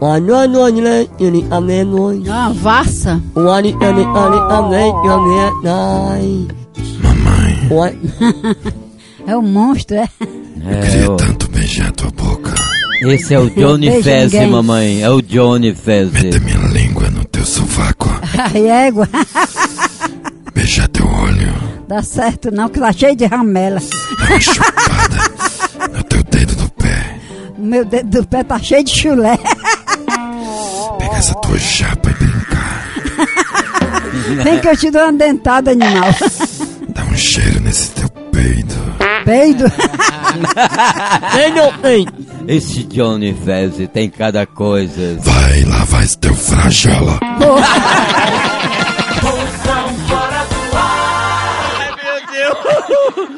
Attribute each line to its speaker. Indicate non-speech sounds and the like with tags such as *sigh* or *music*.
Speaker 1: Ani ani ani le ani ane noi.
Speaker 2: É uma varsa.
Speaker 1: Ani ani ani ane ane nai.
Speaker 3: Mamãe,
Speaker 1: Uai,
Speaker 2: É um monstro, *laughs* é?
Speaker 3: eu
Speaker 4: É,
Speaker 3: queria
Speaker 4: o-
Speaker 3: tanto beijar tua boca.
Speaker 4: esse é o Johnny
Speaker 2: Beijo,
Speaker 4: Fezzi,
Speaker 2: ninguém.
Speaker 4: mamãe. É o Johnny Fezzi.
Speaker 3: Meter minha língua no teu sovaco.
Speaker 2: A é égua.
Speaker 3: Beijar teu olho.
Speaker 2: *laughs* Dá certo não, que tá cheio de ramela.
Speaker 3: Dar uma chupada no teu dedo do pé.
Speaker 2: O meu dedo do pé tá cheio de *laughs* chulé.
Speaker 3: Pegar essa tua chapa e brincar.
Speaker 2: Vem que eu te dou uma dentada, *laughs* animal.
Speaker 3: Dar um cheiro nesse teu peido.
Speaker 2: Peido.
Speaker 1: tem não tem.
Speaker 4: Esse Johnny Fezzi tem cada coisa.
Speaker 3: Vai lavar esse teu frajola.
Speaker 5: Moção fora do ar.